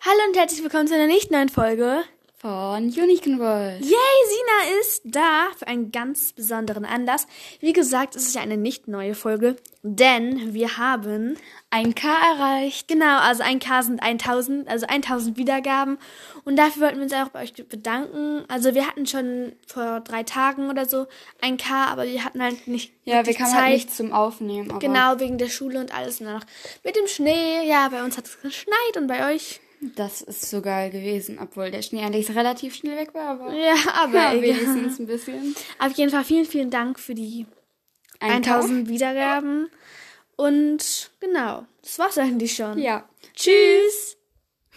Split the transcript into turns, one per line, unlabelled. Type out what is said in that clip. Hallo und herzlich willkommen zu einer nicht neuen Folge.
Von Unicorn World.
Yay, Sina ist da für einen ganz besonderen Anlass. Wie gesagt, es ist ja eine nicht neue Folge, denn wir haben,
Ein K erreicht.
genau, also 1K sind 1000, also 1000 Wiedergaben. Und dafür wollten wir uns auch bei euch bedanken. Also wir hatten schon vor drei Tagen oder so 1K, aber wir hatten halt nicht
Ja, wir
wirklich
kamen halt nicht zum Aufnehmen, aber
Genau, wegen der Schule und alles. Und dann noch mit dem Schnee. Ja, bei uns hat es geschneit und bei euch.
das ist so geil gewesen, obwohl der Schnee eigentlich relativ schnell weg war, aber
Ja, aber
ja,
egal.
wenigstens ein bisschen.
Auf jeden Fall vielen, vielen Dank für die
Ein K.
1000 Wiedergaben. Und genau, das war's eigentlich schon.
Ja.
Tschüss!